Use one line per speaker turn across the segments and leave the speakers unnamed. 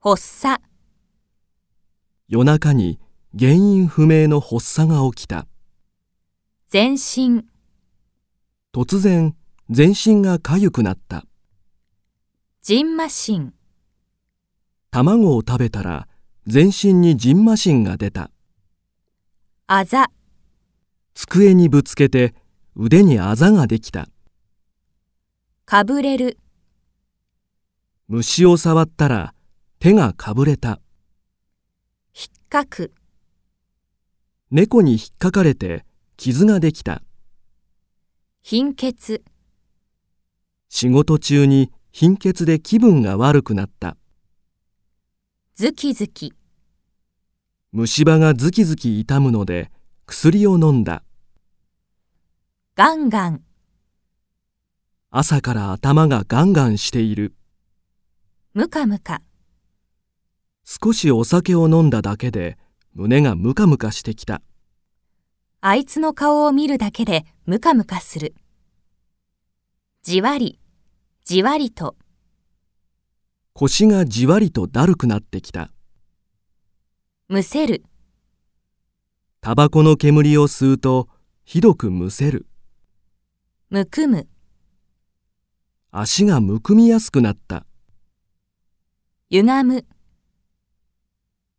発作、
夜中に原因不明の発作が起きた。
全身、
突然、全身が痒くなった。
ジンマシン、
卵を食べたら全身にジンマシンが出た。
あざ、
机にぶつけて腕にあざができた。
かぶれる、
虫を触ったら手がかぶれた。
引っかく、
猫に引っかかれて傷ができた。
貧血、
仕事中に貧血で気分が悪くなった。
ズキズキ、
虫歯がズキズキ痛むので薬を飲んだ。
ガンガン、
朝から頭がガンガンしている。
ムカムカ、
少しお酒を飲んだだけで胸がムカムカしてきた。
あいつの顔を見るだけでムカムカする。じわり、じわりと、
腰がじわりとだるくなってきた。
むせる、
タバコの煙を吸うとひどくむせる。
むくむ、
足がむくみやすくなった。
歪む、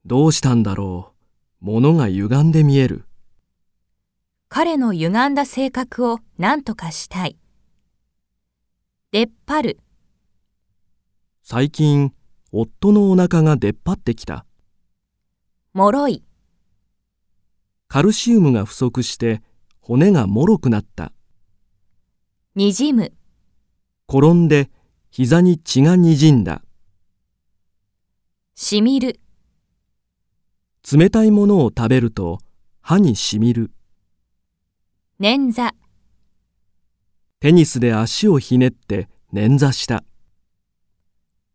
どうしたんだろう。物が歪んで見える。
彼の歪んだ性格を何とかしたい。出っ張る、
最近、夫のお腹が出っ張ってきた。
脆い、
カルシウムが不足して骨がもろくなった。
にじむ、
転んで膝に血がにじんだ。
しみる、
冷たいものを食べると歯にしみる。
捻挫、
テニスで足をひねって捻挫した。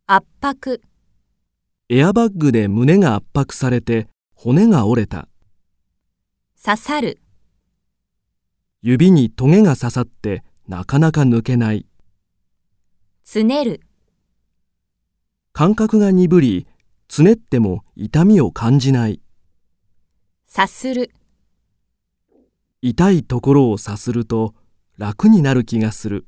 圧迫、
エアバッグで胸が圧迫されて骨が折れた。
刺さる、
指にトゲが刺さってなかなか抜けない。
つねる、
感覚が鈍り、つねっても痛みを感じない。
さする、
痛いところをさすると楽になる気がする。